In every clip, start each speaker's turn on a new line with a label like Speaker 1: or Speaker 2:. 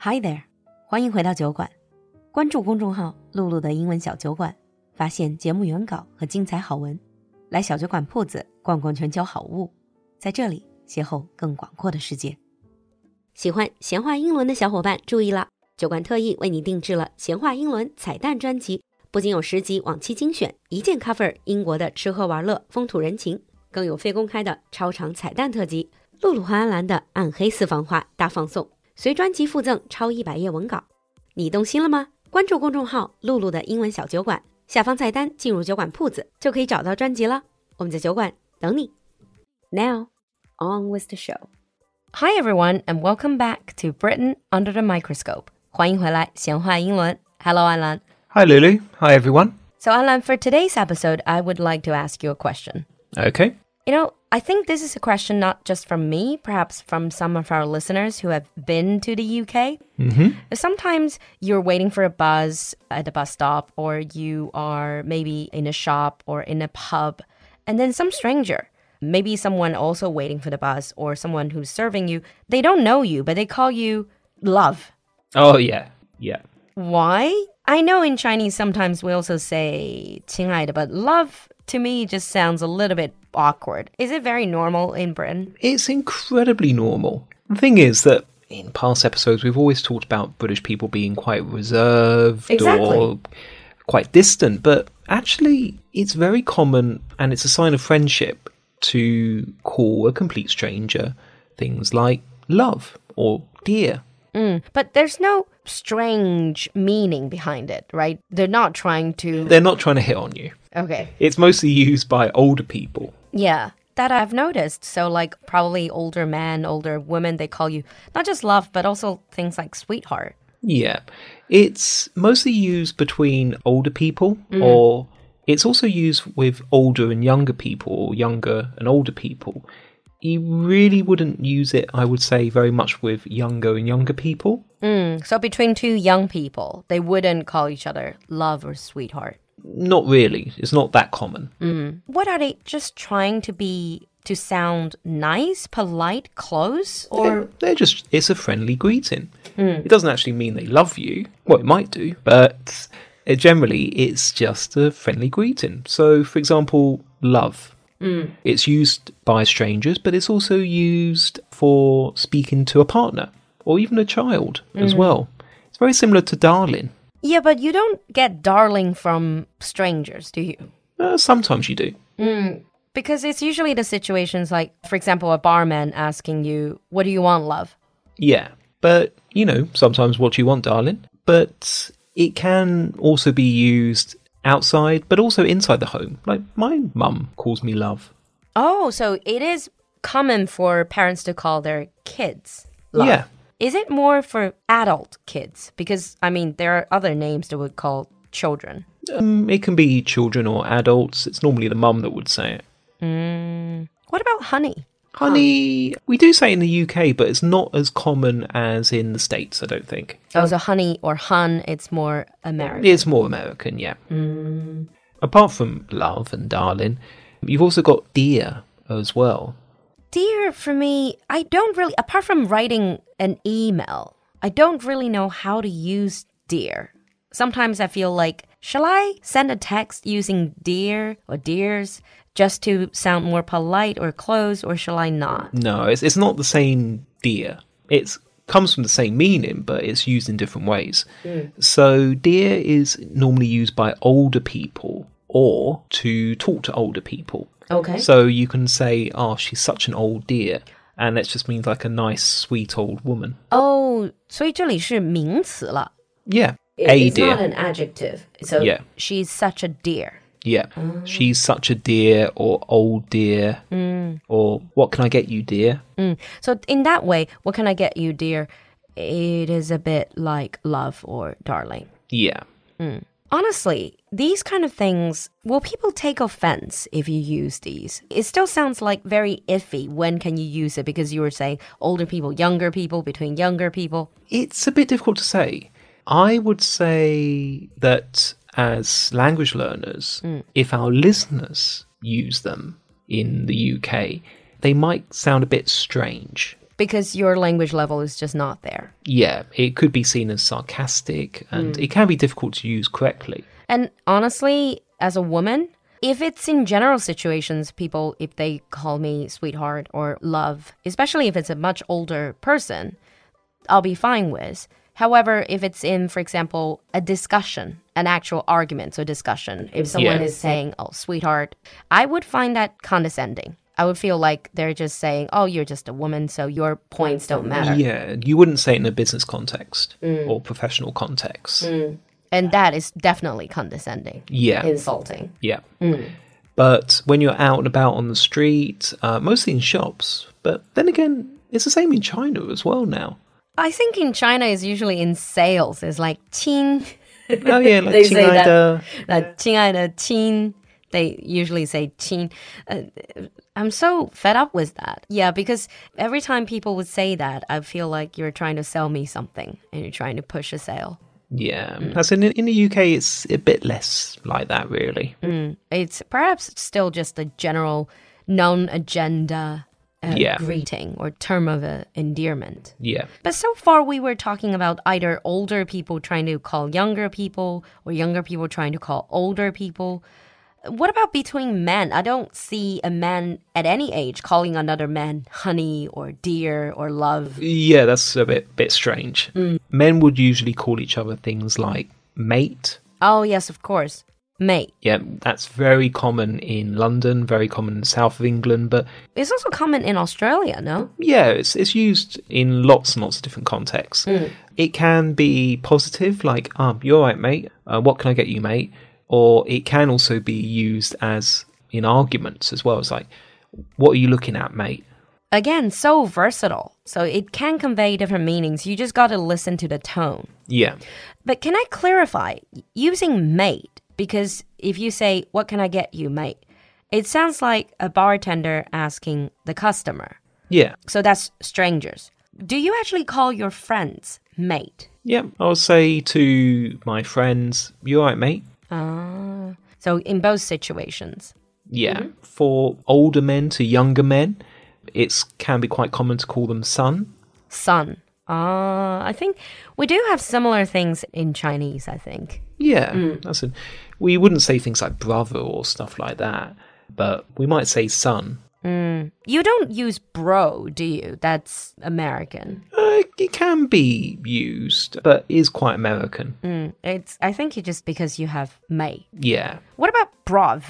Speaker 1: Hi there，欢迎回到酒馆，关注公众号“露露的英文小酒馆”，发现节目原稿和精彩好文，来小酒馆铺子逛逛全球好物，在这里邂逅更广阔的世界。喜欢闲话英伦的小伙伴注意啦！酒馆特意为你定制了闲话英伦彩蛋专辑，不仅有十集往期精选，一键 cover 英国的吃喝玩乐、风土人情，更有非公开的超长彩蛋特辑。露露和安澜的暗黑私房话大放送，随专辑附赠超一百页文稿。你动心了吗？关注公众号“露露的英文小酒馆”，下方菜单进入酒馆铺子就可以找到专辑了。我们在酒馆等你。Now, on with the show. Hi everyone, and welcome back to Britain under the microscope. 欢迎回来，闲话英伦。Hello, 安澜。
Speaker 2: Hi, Lulu. Hi, everyone.
Speaker 1: So, Anlan, for today's episode, I would like to ask you a question.
Speaker 2: Okay.
Speaker 1: You know, I think this is a question not just from me, perhaps from some of our listeners who have been to the UK. Sometimes you're waiting for a bus at a bus stop, or you are maybe in a shop or in a pub, and then some stranger, maybe someone also waiting for the bus or someone who's serving you, they don't know you, but they call you love.
Speaker 2: Oh, yeah. Yeah.
Speaker 1: Why? I know in Chinese sometimes we also say 亲爱的, but love to me just sounds a little bit awkward. Is it very normal in Britain?
Speaker 2: It's incredibly normal. The thing is that in past episodes, we've always talked about British people being quite reserved
Speaker 1: Exactly.
Speaker 2: or quite distant, but actually, it's very common and it's a sign of friendship to call a complete stranger things like love or dear.
Speaker 1: Hmm. But there's no strange meaning behind it, right? They're not trying to.
Speaker 2: They're not trying to hit on you.
Speaker 1: Okay.
Speaker 2: It's mostly used by older people.
Speaker 1: Yeah. That I've noticed. So, like, probably older men, older women, they call you not just love, but also things like sweetheart.
Speaker 2: Yeah. It's mostly used between older people, or it's also used with older and younger people, or younger and older people. You really wouldn't use it, I would say, very much with younger and younger people.
Speaker 1: Hmm. So, between two young people, they wouldn't call each other love or sweetheart.
Speaker 2: Not really. It's not that common.
Speaker 1: What are they just trying to be to sound nice, polite, close, or
Speaker 2: They're- they're just, it's a friendly greeting. It doesn't actually mean they love you. Well, it might do, but uh, generally it's just a friendly greeting. So, for example, love. It's used by strangers, but it's also used for speaking to a partner or even a child as well. It's very similar to darling.
Speaker 1: yeah, but you don't get darling from strangers, do you?
Speaker 2: Uh, sometimes you do.
Speaker 1: Because it's usually the situations like, for example, a barman asking you, "What do you want, love?"
Speaker 2: Yeah. But, you know, sometimes what you want, darling. But it can also be used outside, but also inside the home. Like, my mum calls me love.
Speaker 1: Oh, so it is common for parents to call their kids love.
Speaker 2: Yeah.
Speaker 1: Is it more for adult kids? Because I mean, there are other names that would call children.
Speaker 2: Um, it can be children or adults. It's normally the mum that would say it.
Speaker 1: What about honey?
Speaker 2: Honey, we do say it in the UK, but it's not as common as in the States, I don't think.
Speaker 1: Oh, so honey or hun, it's more American.
Speaker 2: It's more American, yeah. Apart from love and darling, you've also got dear as well.
Speaker 1: dear for me i don't really apart from writing an email i don't really know how to use dear sometimes i feel like shall i send a text using dear or dears just to sound more polite or close or shall i not
Speaker 2: No, it's it's not the same dear. It comes from the same meaning, but it's used in different ways. So dear is normally used by older people or to talk to older people.
Speaker 1: okay
Speaker 2: So you can say, "Oh, she's such an old dear," and that just means like a nice, sweet old woman.
Speaker 1: oh 所以这里是名词了
Speaker 2: Yeah, a dear.
Speaker 1: an adjective so
Speaker 2: Yeah.
Speaker 1: she's such a dear
Speaker 2: yeah, she's such a dear or old dear or what can I get you, dear?
Speaker 1: so in that way what can i get you dear it is a bit like love or darling
Speaker 2: Yeah.
Speaker 1: Honestly, these kind of things, will people take offense if you use these? It still sounds like very iffy. When can you use it? Because you were saying older people, younger people, between younger people.
Speaker 2: It's a bit difficult to say. I would say that as language learners, if our listeners use them in the UK, they might sound a bit strange.
Speaker 1: because your language level is just not there.
Speaker 2: Yeah, it could be seen as sarcastic and it can be difficult to use correctly.
Speaker 1: And honestly, as a woman, if it's in general situations, people, if they call me sweetheart or love, especially if it's a much older person, I'll be fine with. However, if it's in, for example, a discussion, an actual argument, so discussion, if someone
Speaker 2: Yeah.
Speaker 1: is saying, oh, sweetheart, I would find that condescending. I would feel like they're just saying, oh, you're just a woman, so your points don't matter.
Speaker 2: Yeah, you wouldn't say it in a business context or professional context.
Speaker 1: And that is definitely condescending,
Speaker 2: Yeah,
Speaker 1: insulting.
Speaker 2: yeah. But when you're out and about on the street, uh, mostly in shops, but then again, it's the same in China as well now.
Speaker 1: I think in China is usually in sales. It's like 亲,
Speaker 2: Oh yeah, like
Speaker 1: They say that.
Speaker 2: "亲爱的,"
Speaker 1: like 亲爱的亲. They usually say 亲. Uh, I'm so fed up with that. Yeah, because every time people would say that, I feel like you're trying to sell me something and you're trying to push a sale.
Speaker 2: Yeah, Mm. as in in the UK, it's a bit less like that, really.
Speaker 1: It's perhaps still just a general non-agenda uh,
Speaker 2: Yeah.
Speaker 1: greeting or term of uh, endearment.
Speaker 2: Yeah,
Speaker 1: But so far, we were talking about either older people trying to call younger people or younger people trying to call older people. What about between men? I don't see a man at any age calling another man honey or dear or love.
Speaker 2: yeah, that's a bit bit strange. Men would usually call each other things like mate.
Speaker 1: Oh, yes, of course. Mate.
Speaker 2: Yeah, that's very common in London, very common in the south of England, but
Speaker 1: It's also common in Australia, no?
Speaker 2: yeah, it's it's used in lots and lots of different contexts. It can be positive, like "um, you're right, mate. Uh, what can I get you, mate?" Or it can also be used as in arguments as well. It's like, "What are you looking at, mate?"
Speaker 1: Again, so versatile. So it can convey different meanings. You just got to listen to the tone.
Speaker 2: Yeah,
Speaker 1: But can I clarify using mate? Because if you say, What can I get you, mate? It sounds like a bartender asking the customer.
Speaker 2: yeah,
Speaker 1: So that's strangers. Do you actually call your friends mate?
Speaker 2: yeah. I'll say to my friends, "You're right, mate."
Speaker 1: Ah. So in both situations.
Speaker 2: Yeah, for older men to younger men, it's can be quite common to call them son.
Speaker 1: Son. Ah, I think we do have similar things in Chinese, I think.
Speaker 2: Yeah, that's it. We wouldn't say things like brother or stuff like that, but we might say son.
Speaker 1: You don't use bro, do you? That's American.
Speaker 2: Uh, it can be used, but is quite American.
Speaker 1: Mm, It's I think it's just because you have mate.
Speaker 2: Yeah.
Speaker 1: What about bruv?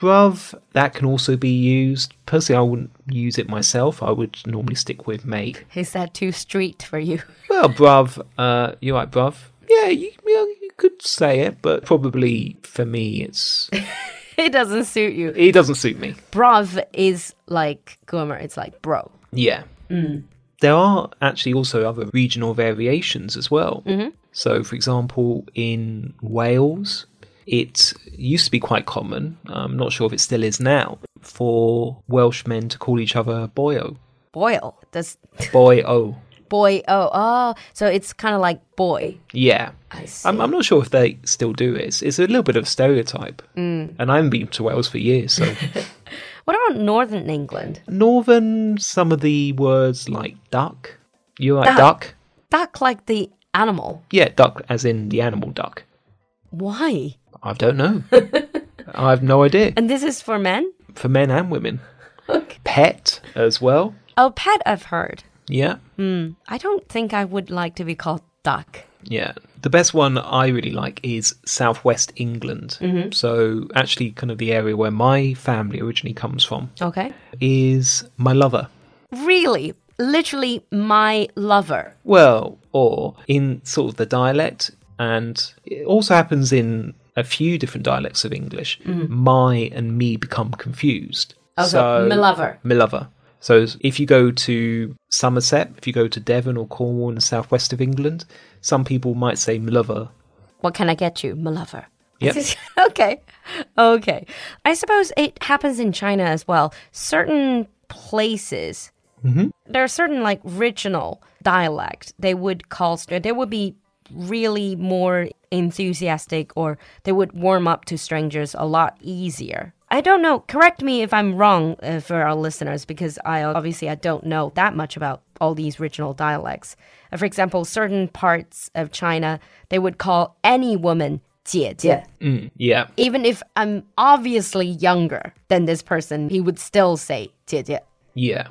Speaker 2: Bruv, that can also be used. Personally, I wouldn't use it myself. I would normally stick with mate.
Speaker 1: Is that too street for you?
Speaker 2: Well, bruv, uh, you're right, bruv. Yeah, you, well, you could say it, but probably for me, it's
Speaker 1: it doesn't suit you.
Speaker 2: it doesn't suit me.
Speaker 1: Brav is like Gomer, it's like bro.
Speaker 2: Yeah.
Speaker 1: Mm.
Speaker 2: There are actually also other regional variations as well.
Speaker 1: Mm-hmm.
Speaker 2: So, for example, in Wales, it used to be quite common, I'm not sure if it still is now, for Welsh men to call each other boyo.
Speaker 1: Boil. That's
Speaker 2: Boyo.
Speaker 1: boy oh oh. So it's kinda like boy.
Speaker 2: Yeah.
Speaker 1: I see.
Speaker 2: I'm, I'm not sure if they still do it. It's, it's a little bit of a stereotype.
Speaker 1: Mm.
Speaker 2: And I haven't been to Wales for years. So,
Speaker 1: what about northern England?
Speaker 2: Northern, some of the words like duck. You're right,
Speaker 1: Duck.
Speaker 2: duck.
Speaker 1: Duck like the animal.
Speaker 2: Yeah, duck as in the animal duck.
Speaker 1: Why?
Speaker 2: I don't know. I have no idea.
Speaker 1: And this is for men?
Speaker 2: For men and women. Pet as well.
Speaker 1: Oh pet I've heard.
Speaker 2: Yeah.
Speaker 1: I don't think I would like to be called duck.
Speaker 2: Yeah. The best one I really like is Southwest England. So, actually, kind of the area where my family originally comes from
Speaker 1: Okay.
Speaker 2: is my lover.
Speaker 1: Really? Literally my lover.
Speaker 2: Well, or in sort of the dialect, and it also happens in a few different dialects of English, my and me become confused.
Speaker 1: Okay.
Speaker 2: So-
Speaker 1: Oh, my lover.
Speaker 2: Milava. So if you go to Somerset, if you go to Devon or Cornwall in the southwest of England, some people might say Milava.
Speaker 1: What can I get you, my lover?
Speaker 2: Yep.
Speaker 1: okay. Okay. I suppose it happens in China as well. Certain places, there are certain like regional dialect they would call, they would be really more enthusiastic or they would warm up to strangers a lot easier. I don't know. Correct me if I'm wrong uh, for our listeners, because I obviously I don't know that much about all these regional dialects. Uh, for example, certain parts of China they would call any woman 姐姐,
Speaker 2: Mm, yeah.
Speaker 1: even if I'm obviously younger than this person, he would still say 姐姐.
Speaker 2: Yeah.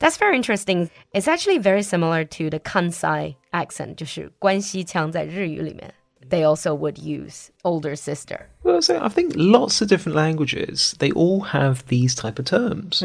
Speaker 1: That's very interesting. It's actually very similar to the Kansai accent, 就是关西腔在日语里面. They also would use older sister.
Speaker 2: Well, so I think lots of different languages they all have these type of terms.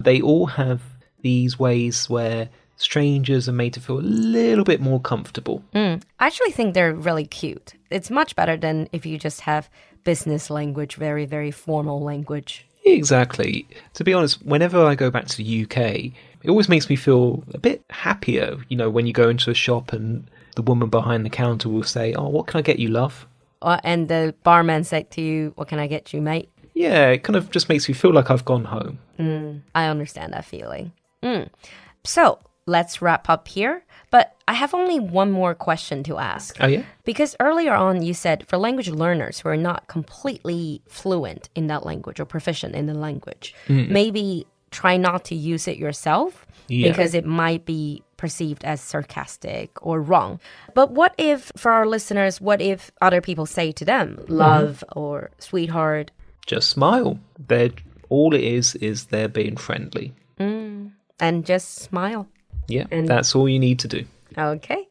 Speaker 2: They all have these ways where strangers are made to feel a little bit more comfortable.
Speaker 1: I actually think they're really cute. It's much better than if you just have business language, very, very formal language.
Speaker 2: Exactly. To be honest, whenever I go back to the UK, it always makes me feel a bit happier. You know, when you go into a shop and the woman behind the counter will say, "Oh, what can I get you, love?"
Speaker 1: Uh, and the barman said to you, What can I get you, mate?
Speaker 2: Yeah, it kind of just makes me feel like I've gone home.
Speaker 1: I understand that feeling. Mm. So let's wrap up here. But I have only one more question to ask.
Speaker 2: Oh yeah.
Speaker 1: Because earlier on, you said for language learners who are not completely fluent in that language or proficient in the language, maybe try not to use it yourself
Speaker 2: Yeah.
Speaker 1: because it might be perceived as sarcastic or wrong. But what if, for our listeners, what if other people say to them, love or sweetheart?
Speaker 2: Just smile. They're all it is is they're being friendly.
Speaker 1: And just smile.
Speaker 2: Yeah, that's all you need to do.
Speaker 1: Okay.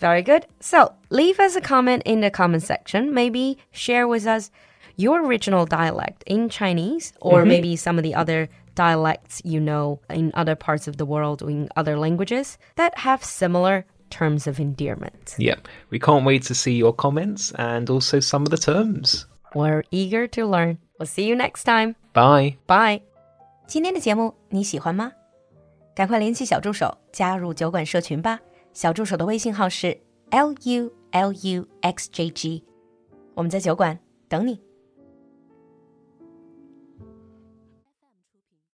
Speaker 1: Very good. So leave us a comment in the comment section. Maybe share with us your original dialect in Chinese or maybe some of the other dialects you know in other parts of the world or in other languages that have similar terms of endearment.
Speaker 2: Yeah, we can't wait to see your comments and also some of the terms.
Speaker 1: We're eager to learn. We'll see you next time.
Speaker 2: Bye.
Speaker 1: Bye.
Speaker 3: 今天的节目你喜欢吗？赶快联系小助手加入酒馆社群吧。小助手的微信号是 l u l u x j g，我们在酒馆等你。